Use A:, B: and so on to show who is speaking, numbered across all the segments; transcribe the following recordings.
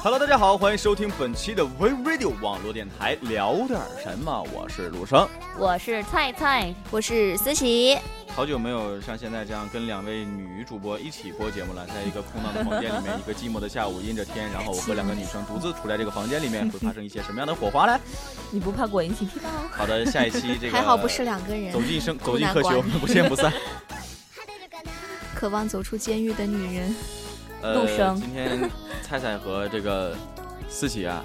A: Hello，大家好，欢迎收听本期的 We Radio 网络电台，聊点什么？我是陆生，
B: 我是菜菜，
C: 我是思琪。
A: 好久没有像现在这样跟两位女主播一起播节目了，在一个空荡的房间里面，一个寂寞的下午，阴着天，然后我和两个女生独自处在这个房间里面，会发生一些什么样的火花呢？
B: 你不怕鬼，你听到？
A: 好的，下一期这个
C: 还好不是两个人
A: 走。进生走进
C: 难
A: 科学，
C: 关
A: 我们不见不散。
C: 渴望走出监狱的女人，
A: 呃
B: 陆生，
A: 今天菜菜和这个思琪啊，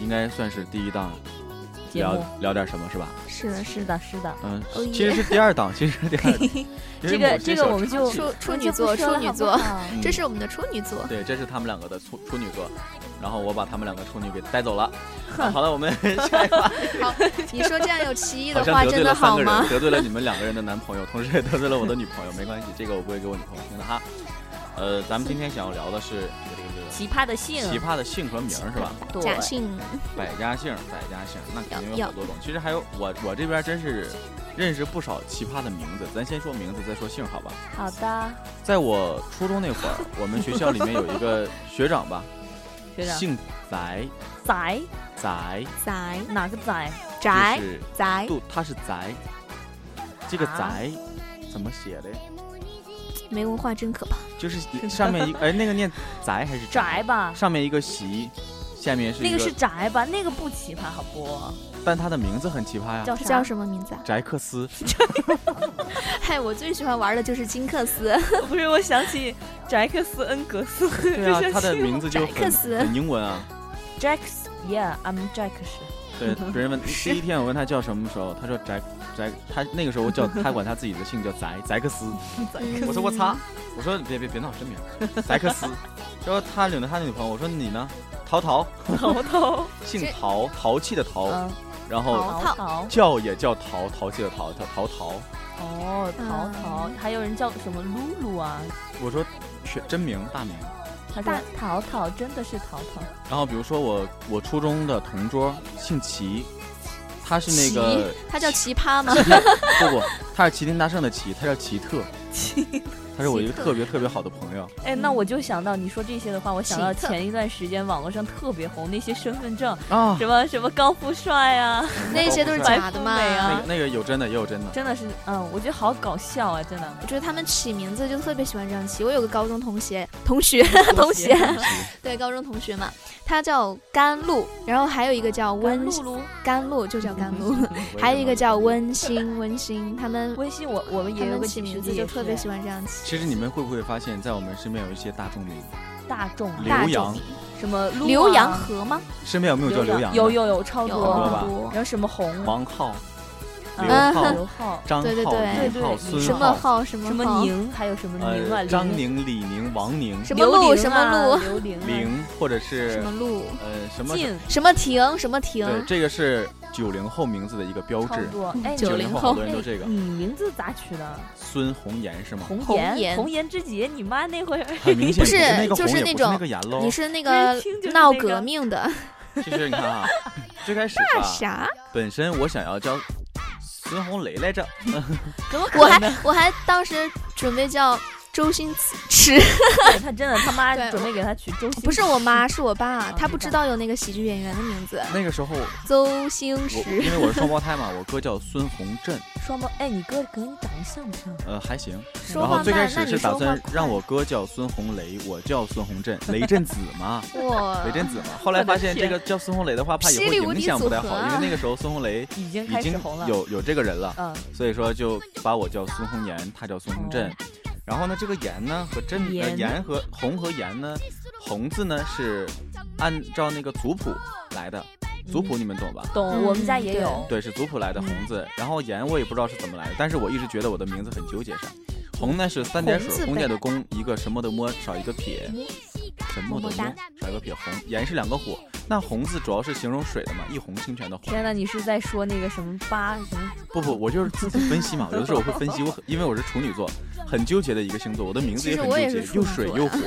A: 应该算是第一档
B: 节
A: 聊
B: 目
A: 聊点什么是吧？
C: 是的，是
B: 是的，是的，
A: 嗯，
C: Oh
A: 其实是第二档，其实是第二档。因为某些
B: 这个这个
A: 小
B: 我们
A: 插
B: 就
A: 曲
C: 处处
B: 那
C: 女
B: 就
C: 座，
B: 不说
C: 处
B: 了
C: 女
B: 好不
C: 座，
B: 好
A: 嗯
C: 这是我们的处女 座。
A: 对，这是他们两个的处处女座，然后我把他们两个处女给带走了。啊好了，我们下一话
C: 好，你说这样有歧义
A: 好
C: 的
A: 像
C: 话，
A: 得罪
C: 真
A: 了
C: 的
A: 三
C: 好
A: 个
C: 吗
A: 人，？得罪了你们两个人的男朋友，同时也得罪了我的女朋友。没关系，这个我不会给我女朋友听的哈。呃，咱们今天想要聊的是这个这
B: 奇葩的
A: 个奇
B: 性，
A: 葩的姓和名是吧？
B: 对，
C: 假性
A: 百家姓，百家姓，那肯定有
C: 要
A: 好多种。其实还有我我这边真是认识不少奇葩的名字，咱先说名字，再说姓，好吧？
B: 好的，
A: 在我初中那会儿，我们学校里面有一个学长吧，
B: 学长，
A: 姓翟，
B: 宅
A: 翟
C: 宅
B: 哪个宅？
C: 宅
A: 就是
C: 宅
A: 杜，他是宅，这个
B: 啊
A: 宅怎么写的呀？
C: 没文化真可 怕。
A: 就是 上面一哎，那个念宅还是
B: 宅？吧，
A: 上面一个习，下面是
B: 那
A: 一
B: 个是，宅吧，那个不奇葩，好不？
A: 但他的名字很奇葩呀，
B: 叫
C: 这
B: 啥？
C: 叫什么名字啊？
A: 翟克斯。
C: 嗨，我最喜欢玩的就是金克斯，
B: 不是，我 想起翟克斯恩格斯，
A: 对啊，他的名字就
C: 翟克
A: 很
C: 斯
A: 很英文啊。
B: Jax，Yeah，I'm Jax
A: 对，别人问第一天我问他叫什么时候，他说翟翟，他那个时候叫他管他自己的姓叫翟翟克斯。
C: 嗯
A: 我说我擦，我说别别别闹真名，翟克斯。然后他领着他的女朋友，我说你呢？陶陶，
B: 淘淘，
A: 姓
C: 是
A: 陶，淘气的淘，
B: 嗯，
A: 然后
C: 陶
B: 淘淘，
A: 叫也叫陶，淘气的陶，叫陶陶。
B: 哦，淘淘，
C: 嗯
B: 还有人叫什么露露啊？
A: 我说全真名大名。
B: 他说
C: 大
B: 淘淘真的是淘淘，
A: 然后比如说我我初中的同桌姓齐，他是那个
C: 奇他叫奇葩吗？
A: 不不，他是齐天大圣的齐，他叫奇特，他是我一个
C: 奇特
A: 特别特别好的朋友。
B: 哎，那我就想到你说这些的话，我想到
C: 请客
B: 前一段时间网络上特别红那些身份证，
A: 啊，
B: 什么什么高富帅啊，
C: 那些都是假的嘛
B: 白富美
A: 那
B: 啊
A: 个那个有真的也有真的，
B: 真的是，嗯，我觉得好搞笑啊，真的。
C: 我觉得他们起名字就特别喜欢这样起。我有个高中同学，同学，同学， 对，高中同学嘛，他叫甘露，然后还有一个叫温
B: 露露，
C: 甘露，就叫甘露，还有一个叫。温馨，温馨，他们
B: 微信我我们
C: 他
B: 也有
C: 们
B: 个
C: 起
B: 群
C: 名
B: 里
C: 字就
B: 也
C: 特别
B: 是
C: 喜欢这样起。
A: 其实你们会不会发现，在我们身边有一些大众名，
B: 大众啊
A: 刘
C: 大
A: 洋
C: 众名，
B: 什么露啊
C: 浏阳河吗？
A: 身边有没有叫
B: 刘
A: 刘洋的？
B: 有有有超
C: 有
B: 多
A: 很多
B: 啊
A: 吧，
C: 多
B: 然后什么红啊
A: 黄浩、刘
C: 嗯
A: 浩、
B: 刘浩、
A: 张浩、
C: 对对对
A: 李浩、
B: 对对
C: 什
A: 孙
C: 么
A: 浩、
C: 号什么
B: 什么
C: 号
B: 宁，还有什么宁啊，
A: 呃张宁、李宁、王宁、
C: 什么
B: 刘
C: 路
B: 玲
C: 什么
B: 啊
C: 路
B: 刘玲啊
A: 玲，或者
C: 什
A: 是
C: 么路
A: 呃什么？
B: 静
C: 什么亭什么亭，
A: 对，这个是九零后名字的一个标
B: 超
A: 志。
B: 多，哎，
A: 九
C: 90
A: 零
C: 后
A: 好
B: 你
A: 多人都这个
B: 你名字咋取的？
A: 孙红颜是吗？
B: 红
C: 红
B: 颜
C: 颜
B: 红颜知己，你妈那 会儿
A: 很明显
C: 不是
A: 那个红，
C: 就是
A: 也
C: 那
A: 不
C: 种
A: 那个颜喽
C: 你。是那
B: 一
C: 个
B: 哎听就是
C: 闹
B: 那个
C: 革命的
A: 其实你看 啊，最开始
C: 那
A: 吧，
C: 啥？
A: 本身我想要叫孙红雷来着，
B: 怎么
C: 我
B: 可能？
C: 还我还当时准备叫周星 驰，
B: 对他真的他妈
C: 对
B: 准备给他取周星，
C: 不是我妈，是我爸
B: 啊，
C: 他
B: 你
C: 不
B: 爸
C: 知道有那个喜剧演员的名字，
A: 那个时候
C: 周星
A: 我
C: 驰
A: 因。为我是双胞胎嘛，我哥叫孙洪振，
B: 双胞。哎，你哥跟你长得像不像？
A: 呃还行。
C: 说
A: 然
C: 话
A: 后
C: 慢，
A: 最开
C: 那
A: 始
C: 你
A: 是打
C: 说话
A: 算
C: 快
A: 让我哥叫孙红雷，我叫孙洪振，雷震子 嘛，
C: 哇
A: 雷震子嘛。后来发现这个叫孙红雷的话，怕以后
C: 霹雳无
A: 影
C: 敌
A: 响不太好，
C: 组合啊
A: 因为那个时候孙红 雷
B: 已经
A: 已
B: 开始
A: 经
B: 红了。
A: 有有这个人了，
B: 嗯，
A: 所以说就把我叫孙红颜，他叫孙红
C: 哦
A: 振。然后呢，这个颜呢和振呃
B: 颜
A: 颜和红和颜呢，红字呢是按照那个族谱来的，族谱你们懂吧？
B: 懂，
C: 嗯
B: 我们家也有。
A: 对，是族谱来的
B: 嗯
A: 红字，然后颜我也不知道是怎么来的，但是我一直觉得我的名字很纠结上。红呢是三点
C: 红
A: 水，
C: 字
A: 弓
C: 呗嗯
A: 箭的弓，么一个什么的摸，少一个撇，什么
C: 么
A: 的
C: 么哒
A: 摸，少一个撇。红颜是两个火，那红字主要是形容水的嘛，一泓清泉的红。
B: 天哪，你是在说那个什么八什么？
A: 不不，我就是自己分析嘛，有的时候我会分析，我很因为我是处女座，很纠结的一个星座，我的名字也很
C: 其实我也
A: 纠
C: 是
A: 结，又
C: 处女
A: 水
C: 座
A: 又火，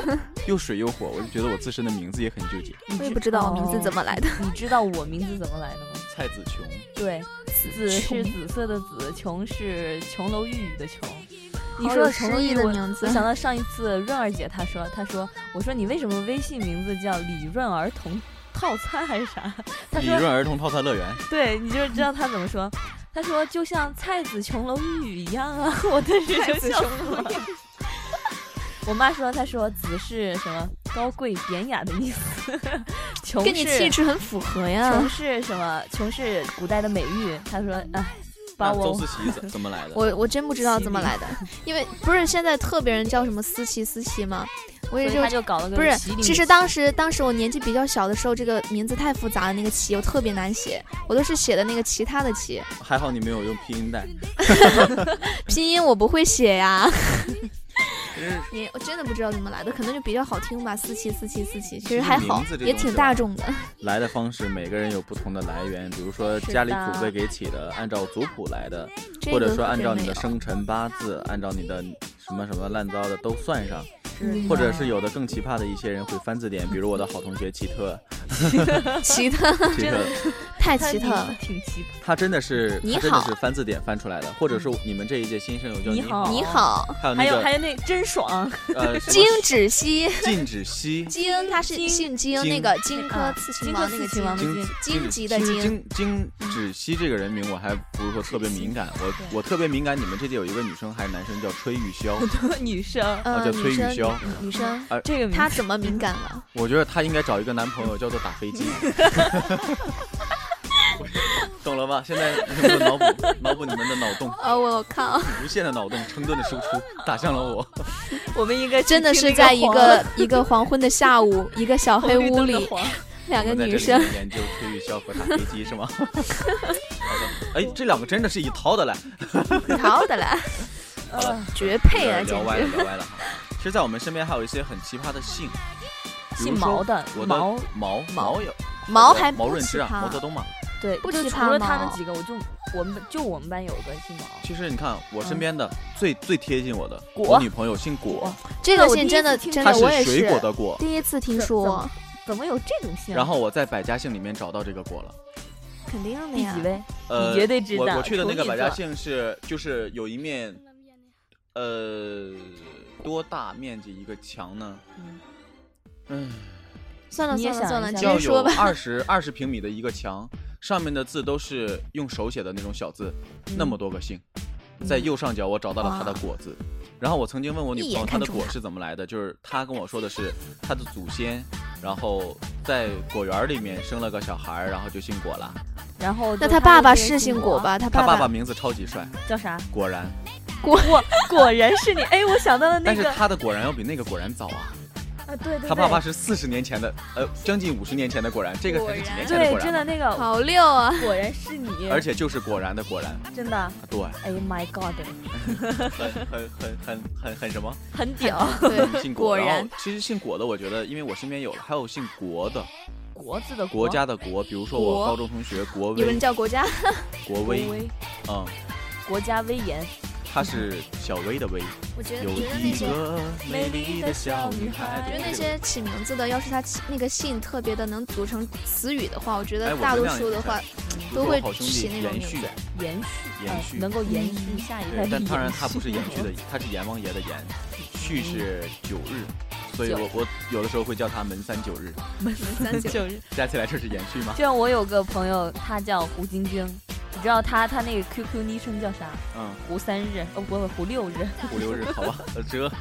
A: 又水又火，我就觉得我自身的名字也很纠结。
B: 你
C: 我也不知道我名字怎
B: 么。
C: 么来的。
B: 你知道我名字怎么来的吗？
A: 蔡子琼，
B: 对，紫是
C: 琼
B: 紫色的紫，琼是琼楼玉宇的琼。你
C: 好
B: 说
C: 有
B: 的成龙
C: 诗意
B: 玉，
C: 的
B: 我
C: 名
B: 我
C: 字，
B: 想到上一次润儿姐她说，她说我说你为什么微信名字叫李润儿童套餐还是啥？她
A: 李
B: 说
A: 润儿童套餐乐园，
B: 对，你就是知道她怎么说。她说就像菜子琼楼玉宇一样啊， 我当时就笑死了。我妈说，她说子是什么高贵典雅的意思， 穷
C: 跟你
B: 是
C: 气质很符合呀
B: 穷。是什么？穷是古代的美玉。她说，哎，把
A: 那
B: 我
A: 邹思琪怎怎么来的？
C: 我我真不知道怎 么来的，因为不是现在特别人叫什么思琪思琪吗？我也
B: 所以
C: 就
B: 他就搞了个
C: 不是
B: 麒麟，
C: 其实当时当时我年纪比较小的时候，这个名字太复杂了，那个琪我特别难写，我都是写的那个其他的 琪，
A: 还好你没有用拼音带。
C: 拼音我不会 写呀。
A: 其实
C: 你我真的不知道怎么来的，可能就比较好听吧，思琪思琪思琪，其
A: 实
C: 实还好
A: 名字，这啊
C: 也
A: 种
C: 挺
A: 是吧
C: 大 众的。
A: 来的方式，每个人有不同的来源，比如说
B: 是的
A: 家里祖辈给起的，按照族谱来的，
C: 这
A: 或者
C: 个哦
A: 说
C: 可
A: 按
C: 真
A: 照
C: 没
A: 你的
C: 有
A: 生辰八字，按照你的什么什么乱糟的都算上，
C: 嗯
A: 或者是有的更奇葩的一些人会翻字典，比如我的好同学奇特，
C: 奇特，
A: 奇特，
C: 太
B: 他
C: 奇特 了。
B: 挺奇特。
A: 他真的是
C: 你
A: 他真的
C: 好
A: 是翻字典翻出来的，或者是你们这一届新生有叫
B: 你
A: 你好，
C: 你好，
A: 还有啊
B: 还
A: 那
B: 有
A: 个
B: 还有那真爽，
A: 呃什
C: 金
A: 么
C: 芷溪，
A: 禁止吸
C: 金他是
B: 金
C: 姓金，
A: 金
C: 那个荆
B: 啊
C: 轲刺
B: 荆
C: 秦
B: 轲
C: 王
B: 刺
C: 那个
B: 秦
C: 荆，
B: 王
A: 金
C: 荆棘的
A: 金
C: 荆
A: 金金芷溪这个人名我还不是说特别敏感，我我特别敏感，你们这届有一个女生还是男生叫崔玉 箫，
B: 女生
A: 啊
C: 呃，
A: 叫
C: 女
A: 崔玉
C: 生
A: 箫
C: 女生，
B: 这个名
C: 她
B: 字
C: 怎么敏感了？
A: 我觉得她应该找一个男朋友叫做打飞 机，懂了吧？现在你们的脑补脑补你们的脑洞，
C: 哦，我靠，
A: 无限的脑洞成吨的输出打向了我。
B: 我们应该去
C: 真的
B: 听
C: 是
B: 那
C: 在一
B: 黄
C: 个一个黄昏的下午，一个小
B: 黄
C: 黑
B: 绿
C: 屋
B: 灯的
C: 里，
B: 黄
C: 两
A: 我
C: 个
A: 们在
C: 女
A: 这里
C: 生，
A: 面研究崔玉箫和打飞机是吗？ 好的，哎，这两个真的是一套的嘞。
C: 好 的啦，
B: 呃
C: 绝配啊，
A: 有点
C: 简
A: 聊歪
C: 直
A: 了，聊歪了哈。其实，在我们身边还有一些很奇葩的姓，比
B: 姓
A: 如说
B: 毛的
A: 我的
B: 毛，
A: 毛
C: 毛
A: 毛有
C: 毛
A: 我
C: 还
A: 毛
C: 不
A: 润之啊
C: 奇，葩
A: 毛泽东嘛。
B: 对，
C: 不
B: 就
C: 奇
B: 除
C: 葩
B: 了他们
C: 毛
B: 几个，我就我们就我们班有个姓毛，
A: 其实你看，我身
B: 嗯
A: 边的最最贴近我的，
B: 果
A: 我女朋友姓果，
C: 这
B: 个
C: 个
B: 我第
C: 姓
B: 一
C: 真
B: 次
C: 的
B: 听
C: 真
A: 她
C: 的我也
A: 水果
C: 是
A: 的果。
C: 第一次听
B: 这怎
C: 说
B: 么，怎么有这种姓啊？
A: 然后我在百家姓里面找到这个果了。
C: 肯定的
B: 第
C: 呀
B: 几，位？
A: 呃，
B: 你绝对知
A: 我
B: 道
A: 我去的那个
B: 重
A: 百
B: 印
A: 家
B: 色
A: 姓是就是有一面，呃，多大面积一个墙呢？
B: 嗯
A: 嗯，
C: 算了
B: 你也
C: 算
B: 想
C: 了算
B: 一下
C: 了，直
A: 要
B: 要
C: 接
A: 有
C: 说吧，
A: 二十二十平米的一个墙，上面的字都是用手写的那种小字，
B: 嗯
A: 那么多个姓，在右上角我找到了他的果字。然后我曾经问我女
C: 一
A: 朋
C: 眼
A: 友她
C: 看
A: 的
C: 中
A: 果
C: 他
A: 是怎么来的，就是她跟我说的是她的祖先，然后在果园里面生了个小孩儿，然后就姓果了。
B: 然后
C: 那
B: 就
C: 他爸爸
B: 这些
C: 是
B: 姓
C: 姓果？吧？他
A: 他爸爸
C: 爸
A: 名字超级帅，
B: 叫啥？
A: 果然。
B: 果果然是你，哎，我想到了那
A: 但是
B: 个
A: 他的果然要比那个果然早啊，
B: 啊，对对对，
A: 他爸爸是四十年前的，呃，将近五十年前的果然，这个才是几年前的
B: 对
A: 果，
B: 真的
A: 然嘛，
B: 那个
C: 好六啊，
B: 果然是你，
A: 而且就是果然的果然，啊
B: 真的，
A: 对，
B: 哎呀 my god，
A: 很很很很很很什么？
B: 很屌，
C: 对，
A: 姓果。
C: 果然
A: 然后其实姓果的，我觉得，因为我身边有，还有姓国的，
B: 国字的
A: 国家的国，比如说我
C: 国
A: 高中同学国威
C: 有人，叫国家，
A: 国
B: 国
A: 威，
B: 威，
A: 嗯，
B: 国家威严，
A: 他是小薇的薇，
C: 我觉得
A: 有
C: 我觉得那
A: 一
C: 些。
A: 个美丽的小女孩。
C: 我觉得那些起名字的，要是他起那个姓特别的能组成词语的话，我觉
A: 哎
C: 得
A: 我
C: 大
A: 们
C: 多
A: 这样
C: 数
A: 也
C: 的
A: 是
C: 话，
A: 比如
C: 都
A: 说
C: 会
A: 好兄
C: 起
A: 弟
C: 那种
A: 延
C: 名
A: 续
C: 字，
B: 延续，
A: 延
B: 呃
A: 续
B: 能够延续下一代
A: 对
B: 的，
A: 但当然
B: 延
A: 他不是
B: 续
A: 延续 的，他是阎王爷的阎，续
C: 嗯
A: 是九日，所以
B: 九
A: 我我有的时候会叫他门三九日，
C: 三九
B: 就是
A: 加起来就是延续 吗
B: 就？像我有个朋友，他叫胡晶晶，你知道他他那个 QQ 昵称叫啥？
A: 嗯，
B: 胡三日，哦不不，胡六日，
A: 五六日，好吧，呃 折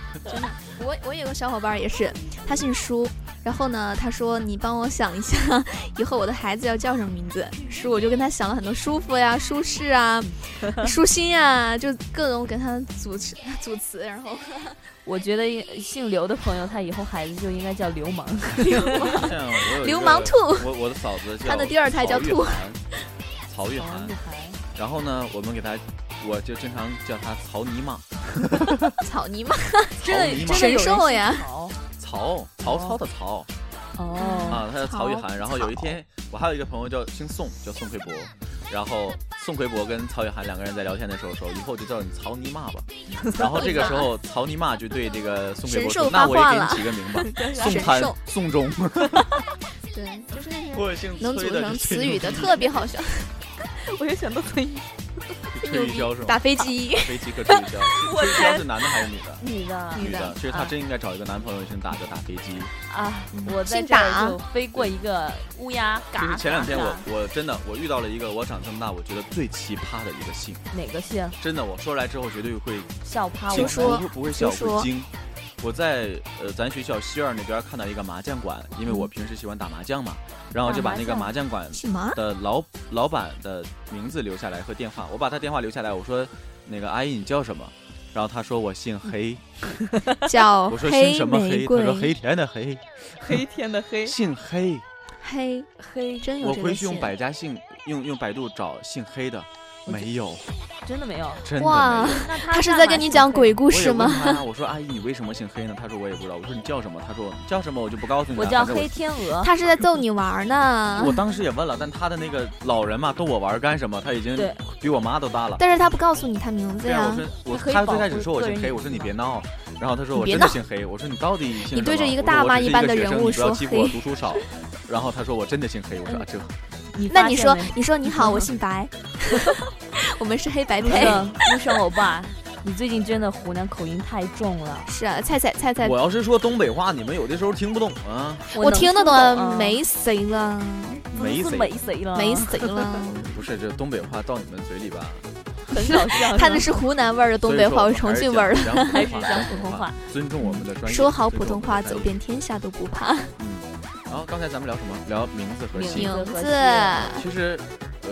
C: 我我有个小伙伴儿也是，他姓舒，然后呢，他说你帮我想一下， 以后我的孩子要叫什么名字？舒，我就跟他想了很多舒服呀、舒适啊、舒心啊，就各种给他组词组词，然后
B: 我觉得姓刘的朋友，他以后孩子就应该叫流氓。
A: 像我有一个
C: 流氓兔
A: 我我的嫂子叫
C: 她的第二胎叫兔
A: 曹玉 涵，曹玉涵。然后呢，我们给她，我就经常叫她曹尼玛，
C: 草泥马
A: 曹尼玛，
B: 真的真的有人
C: 神兽呀
B: 姓曹！
C: 哦
A: 曹曹操的曹
B: 哦，
A: 啊，她叫曹玉
C: 嗯曹
A: 涵。然后有一天，我还有一个朋友叫姓宋，叫宋奎博。然后宋奎博跟曹雨涵两个人在聊天的时候说，以后就叫你曹尼 玛吧。然后这个时候，曹尼玛就对这个宋奎博说：“
C: 神兽
A: 那
C: 发
A: 我也
C: 话
A: 给你
C: 了
A: 起个名吧，
C: 神
A: 宋潘
C: 兽、
A: 宋 忠。
C: 对，就是那”些
A: 我姓
C: 能
A: 崔
C: 组
A: 的
C: 成
A: 就
C: 词
A: 姓
C: 语的
A: 崔
C: 特别好笑。
B: 我也想到了一
A: 就
C: 牛
A: 推
C: 逼
A: 销是，
C: 打
A: 吗？
C: 飞机
A: 飞机客推 销，
B: 我
A: 推销是男的还是女的？
B: 女的
C: 女
A: 女的
C: 的，嗯
A: 其实他
B: 啊
A: 真应该找一个男朋友，先打个打飞机。
B: 啊
A: 嗯，
B: 我在
C: 姓
B: 这儿
C: 打
B: 就飞过一个乌鸦，
A: 就
B: 嘎
A: 是前两天
B: 嘎
A: 我
B: 嘎
A: 我真的我遇到了一个我长这么大我觉得最奇葩的一个姓，
B: 哪个姓
A: 真的我说出来之后绝对会
B: 笑趴啊我
A: 惊
C: 就
B: 们？
C: 说
A: 不不会笑
C: 就说
A: 会惊。我在呃咱学校西院那边看到一个麻将馆，因为我平时喜欢打麻将嘛，然后就
B: 嗯打
A: 把
B: 麻
A: 那个
B: 将
A: 麻将馆
C: 什么？
A: 的老老板的名字留下来和电话，我把他电话留下来，我说那个阿姨你叫什么？然后他说我
B: 嗯
A: 姓黑，
B: 哦
C: 叫
A: 我说姓
C: 黑
A: 什么黑？
C: 玫
A: 他
C: 瑰
A: 说黑田的黑，
B: 黑天的黑
A: 姓黑。
C: 黑，
B: 黑，
C: 真有
A: 我
C: 这
A: 回
C: 个
A: 去用
C: 姓？
A: 百家姓用用百度找姓黑的，
B: 我觉
A: 没有，
B: 真的没有。
A: 真的没
C: 哇
A: 有。
B: 那他
C: 他是
B: 干
C: 在
B: 嘛
C: 跟你
B: 姓
C: 讲
B: 黑
C: 鬼故
A: 我
C: 事
A: 也
C: 吗
A: 问？他，我说阿姨，你为什么姓黑呢？他说我也不知道。我说你叫什么？他说你叫什么我就不告诉你了。
B: 我叫
A: 反正
B: 黑天鹅，
C: 他是在逗你玩儿呢
A: 我。当时也问了，但他的那个老人嘛，逗我玩儿干什么？他已经
B: 对
A: 比我妈都大了。
C: 但是他不告诉你他名字
A: 对啊，
C: 呀
A: 我。说我
B: 他可以
A: 他最
B: 保
A: 开始
B: 护
A: 说我
B: 个
A: 姓
B: 人
A: 黑，
B: 隐
A: 我说
B: 私
A: 你别
B: 嘛
A: 闹，然后他说
C: 你
A: 我
C: 别
A: 真的
C: 闹
A: 姓黑，我说你到底姓什么？
C: 你对着一个
A: 我说
C: 大
A: 我
C: 妈
A: 只
C: 一
A: 是
C: 般
A: 个
C: 的
A: 学
C: 人
A: 生
C: 物
A: 你不要
C: 说
A: 欺负我
C: 黑嗯
A: 读书少。然后他说我真的姓黑，我说啊这
C: 那
B: 发
C: 你
B: 现
C: 说
B: 没，
C: 你说你好，我姓白， 我们是黑白
B: 陆
C: 配。
B: 生陆生欧巴，你最近真的湖南口音太重了，
C: 是啊，菜菜菜菜，
A: 我要是说东北话，你们有的时候听不懂啊，
C: 我
B: 能
C: 听得
B: 啊
C: 懂，没谁了，
B: 不
A: 没
B: 是
A: 谁。
B: 没谁了，
C: 没谁了。
A: 不是这东北话到你们嘴里吧？
B: 很搞笑。
C: 他
B: 吧
C: 这是湖南味儿的东北话，
A: 所以说我们
C: 我是重庆味儿的。
A: 还
B: 还
A: 是
B: 是
A: 讲
B: 讲
A: 普
B: 普
A: 通
B: 通
A: 话
B: 话，
A: 尊重我们的专业，
C: 说好
A: 尊
C: 普
A: 重我
C: 通
A: 们的
C: 话，
A: 专业
C: 走。遍天下都不怕。
A: 嗯，然后刚才咱们聊什么？聊名字和
B: 名
A: 姓。
C: 名
B: 字
C: 字，
A: 其实，呃，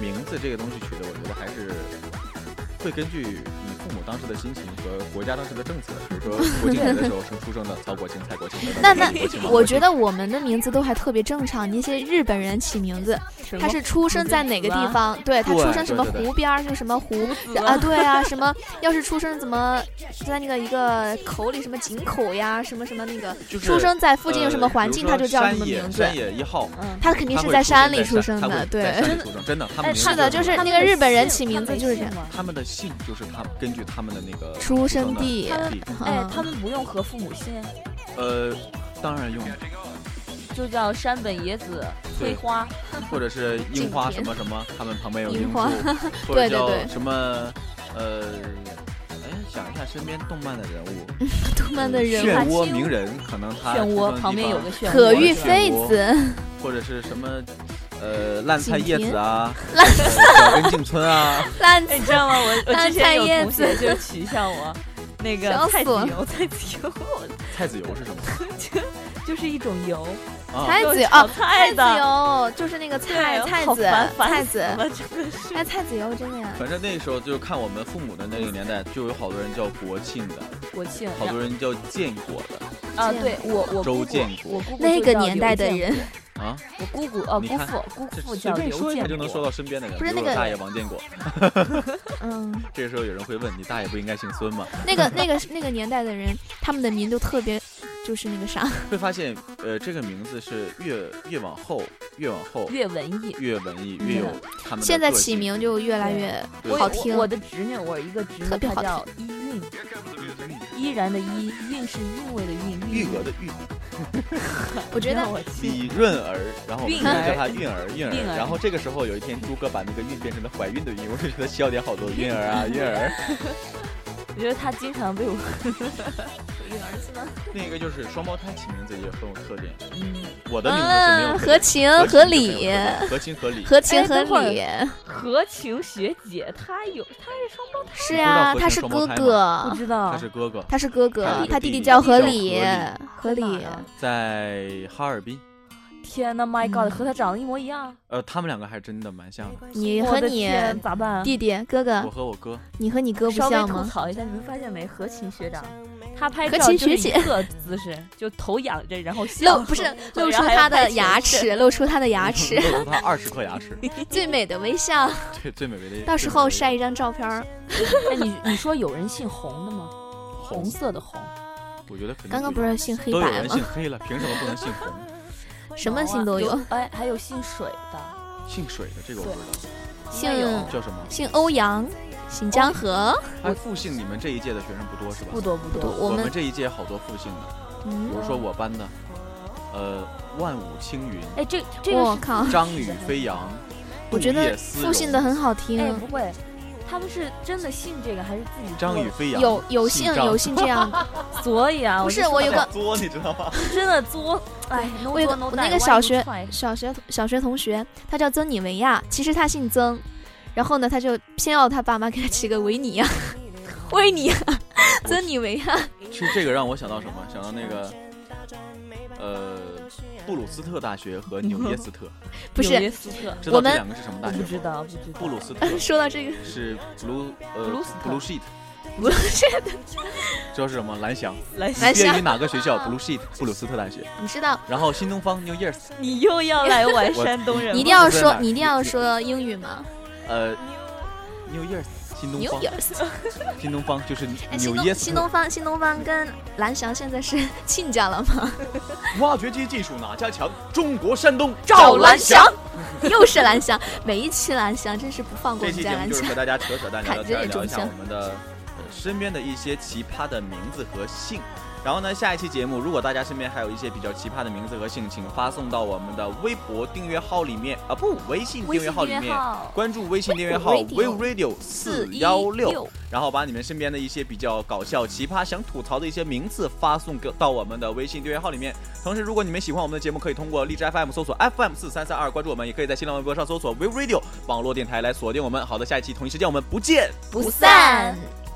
A: 名字这个东西取的，我觉得还是会根据你父母当时的心情和国家当时的政策，比如说国庆节的时候生出生的曹国庆、蔡国庆等等。
C: 那那
A: 李国庆王
C: 我
A: 国
C: 觉
A: 庆
C: 得我们的名字都还特别正常。那些日本人起名字，
B: 什
C: 他
B: 么
C: 是出生在哪个地方？对他
A: 对
C: 出生什么
A: 对对对
C: 湖边儿，就什么湖
B: 胡啊子
C: 啊？对 啊，什么要是出生怎么在那个一个口里什么井口呀，什么什么那个
A: 就是
C: 出生在附近有
A: 呃
C: 什么环
A: 比
C: 境，
A: 如说
C: 他就叫什么
A: 山野
C: 名字。
A: 山野一号，
B: 嗯，
C: 他肯定
A: 他
C: 是
A: 会
C: 在
A: 出生
C: 山里出生
A: 他会在
C: 的，对，
A: 山里出生，真的，他们
B: 哎
A: 名
B: 是
A: 字
B: 的
A: 这
C: 就
A: 么
C: 是
A: 来
B: 他
C: 那
B: 们
C: 个日
B: 的
C: 本人
B: 姓
C: 起
B: 他
C: 名字
B: 没
C: 就是这
B: 姓
C: 样嗯
B: 吗
A: 他们的姓就是他们根据他们的那个
C: 出生
A: 的
C: 地。
A: 地，
B: 哎
C: 嗯，
B: 他们不用和父母姓，
A: 呃，当然用，
B: 就叫山本野子、
A: 对
B: 催花，
A: 或者是樱花什
C: 景
A: 么什么，他们旁边有
C: 樱
A: 樱树
C: 花，
A: 或者
C: 对对
A: 叫
C: 对
A: 什么呃，哎，想一下身边动漫的人物，
C: 动漫的人物
A: 漩涡鸣人，可能他出
B: 漩
A: 生
B: 涡
A: 的
B: 旁边
A: 地
B: 有
A: 方
B: 个漩
C: 可
B: 涡
C: 玉
B: 是吧。
C: 妃 子，
A: 或者是什么呃烂菜
C: 景
A: 叶
C: 甜
A: 子啊，烂小根进村 啊，
C: 烂
B: 哎，你知道吗？我我之前有同
C: 烂
B: 学就取笑 我，那个
C: 笑
B: 菜
C: 死
B: 籽
C: 我
B: 油，菜籽油，
A: 菜籽油是什么
B: 就是一种油，
A: 啊
C: 菜？籽
B: 就
C: 油
B: 炒菜
C: 子
B: 的，
C: 油，就是那个菜
B: 对啊
C: 菜
B: 好
C: 子
B: 烦烦
C: 菜
B: 死
C: 子，
B: 我真的是
C: 哎，菜籽油真的呀，
A: 反正那时候就看我们父母的那个年代，就有好多人叫国庆的，
B: 国庆
A: 好多人叫建国的
B: 啊，对我我
A: 周
B: 姑姑
A: 建，国
B: 我姑姑
C: 那
B: 就
C: 个
B: 叫
C: 年
B: 刘
C: 代的
B: 建
C: 人，
A: 啊，
B: 我姑姑呃
A: 你
B: 姑
A: 看
B: 父姑
A: 这
B: 父
A: 随
B: 叫
A: 便
B: 刘
A: 说一
B: 建
A: 下就能说
B: 国，
A: 到身边的人，
C: 不是
A: 比如
C: 那
A: 我
C: 个
A: 大爷王建国。
C: 嗯，
A: 这个时候有人会问你大爷不应该姓孙吗？
C: 那个那个那个年代的人，他们的名都特别，就是那个啥，
A: 会发现，呃，这个名字是越越往后越往后
B: 越嗯文艺。
A: 越文艺越有他们的
C: 现在
A: 个
C: 起
A: 性
C: 名就越来越
A: 对
B: 我
C: 好
B: 我
C: 听
B: 我的侄女，我有一个侄
C: 特
B: 女，
C: 别
B: 她
C: 好
B: 叫依韵，依然的依，韵是韵味的韵，
A: 玉娥的玉，
C: 我觉
B: 让
C: 得
B: 我去，
A: 李润儿，然后我们
B: 韵
A: 就
B: 儿
A: 叫她韵儿韵
B: 韵
A: 儿。
B: 儿
A: 然后这个时候有一天，朱哥把那个韵变成了怀孕的孕，我就觉得笑点好多，韵儿啊韵儿。
B: 我觉得她经常被 我，
C: 女儿子呢，
A: 另一个就是双胞胎起名字也很有特点，
B: 嗯，
A: 我的名字是没有
C: 嗯，
A: 特
C: 合
A: 点
C: 情
A: 的
C: 合
A: 合情
C: 理
A: 就，很有特点合情合理。
C: 合情
B: 哎
C: 合
B: 等会儿
C: 理，
B: 何晴学姐，她有，她是双胞
C: 是
A: 你不知道
C: 呀，
A: 合
C: 他
A: 情
C: 是
A: 双
C: 哥
A: 胞胎
B: 胎，不
C: 哥，
B: 知道
A: 他是哥哥，
C: 他是哥
A: 他
C: 哥
A: 有，
C: 他
A: 个弟
C: 弟
A: 弟
C: 叫
A: 叫
C: 何
A: 何
C: 理
A: 理，
C: 合理，
B: 在哪儿啊
A: 在哈尔滨。
B: 天呐 m y God，
C: 嗯
B: 和她长得一模一样，
A: 呃，他们两个还真的蛮像的。
C: 你
B: 我
C: 和
B: 的
C: 你
B: 天咋办？
C: 弟弟哥
A: 我
C: 哥，
A: 和我哥，
C: 你和你哥不
B: 稍微
C: 像
B: 吐
C: 吗？
B: 槽一下，你们发现没？何琴学长，他拍
C: 何
B: 照
C: 琴
B: 就是
C: 学
B: 一
C: 姐
B: 个姿势， 就头仰着，然后笑
C: 露，不是露
B: 然
C: 出
B: 后还要
C: 他的
B: 拍前
C: 牙
B: 世
C: 齿，露出他 的牙齿，
A: 露出他二十颗牙齿，
C: 最美的微笑。
A: 对，最美味的。
C: 到时候晒一张照片儿。
B: 哎，你你说有人姓红的吗？红
A: 红，
B: 色的红，
A: 我觉得肯定
C: 刚刚不
A: 有
C: 是姓黑
A: 都有
C: 白
A: 人姓
C: 吗？
A: 黑了，凭什么不能姓红？
C: 什么姓都有，。
B: 哎，还有姓水的，哎
A: 姓水的这个我不知
C: 姓
B: 应该有
A: 道，叫什么？
C: 姓欧阳，姓江河。
A: 哎，复姓你们这一届的学生不多是吧？
B: 不多不
C: 多
B: 多。
A: 我
C: 我
A: 们
C: 们
A: 这一届好多复姓的，比
C: 嗯，
A: 如说我班的，呃，万五青云、
B: 哎，这这个
C: 我
B: 是
C: 靠，
A: 张宇飞扬，
C: 我觉
A: 杜
C: 得
A: 夜思
C: 复姓的
A: 荣
C: 很好
B: 哎
C: 听，
B: 不会，他们是真的信这个还是自己
A: 张
B: 做
A: 宇飞扬，
C: 有有幸
A: 姓张
C: 有幸这 样，
B: 的？所以啊，
C: 不是
B: 就
C: 我
B: 说
C: 有个
A: 作，你知道吗？
B: 真的作，哎，
C: 我有个
B: no
C: 我
B: do
C: 那个小学小学小学同学，他叫曾尼维亚，其实他姓曾，然后呢，他就偏要他爸妈给他起个维尼亚， 维尼亚，曾尼维亚，
A: 其实这个让我想到什么？想到那个，呃，布鲁斯特大学和纽耶斯特，
C: 不
B: 纽
C: 是。
B: 约斯特，
A: 知道
C: 我们
A: 这两个是什么
B: 我
A: 大学
B: 不
A: 吗？
B: 知道，不知道。
A: 布鲁斯特
C: 说到这个，
A: 是 blue 呃
B: Blue Star
A: blue sheet，
C: 不是，
A: 知道是什么？蓝翔。
B: 来，
C: 蓝
A: 毕业于
C: 翔
A: 哪个学校
C: 啊
A: ？blue sheet，布鲁斯特大学。
C: 你知道，
A: 然后新东方 New Years，
B: 你又要来玩
A: 哎我
B: 山东人
C: 你
B: 吗，
C: 一定要
A: 不是
C: 说，
A: 哪
C: 你一定要说英语吗
A: 呃，New Years，新东
C: ？New
A: 方，
C: Years，
A: 新东方就是
C: 哎，新
A: 纽
C: 东
A: 耶斯
C: 新
A: 特。
C: 东方新东方跟蓝翔现在是 亲家了吗？
A: 挖掘机技术哪家强？中国山东
C: 赵蓝翔。，又是蓝翔，每一期蓝翔真是不放过
A: 这
C: 我们
A: 期
C: 家
A: 节目
C: 蓝
A: 就是
C: 翔。
A: 和大家扯扯淡， 聊聊天儿，
C: 砍这
A: 聊
C: 个
A: 一
C: 中
A: 下
C: 枪
A: 我们的呃身边的一些奇葩的名字和姓。然后呢，下一期节目，如果大家身边还有一些比较奇葩的名字和姓，请发送到我们的微博订阅号里面啊，不，微信
B: 微
A: 订阅
B: 信
A: 号里
B: 订阅
A: 面。
B: 号，
A: 关注微信订阅号
C: We
A: We
C: Radio
A: Radio 四幺六，，然后把你们身边的一些比较搞笑、奇葩、想吐槽的一些名字发送给到我们的微信订阅号里面。同时，如果你们喜欢我们的节目，可以通过荔枝 FM 搜索 FM 四三三二关注我们，也可以在新浪微博上搜索 We Radio 网络电台来锁定我们。好的，下一期同一时间我们不见
C: 不
B: 不
C: 散
B: 散。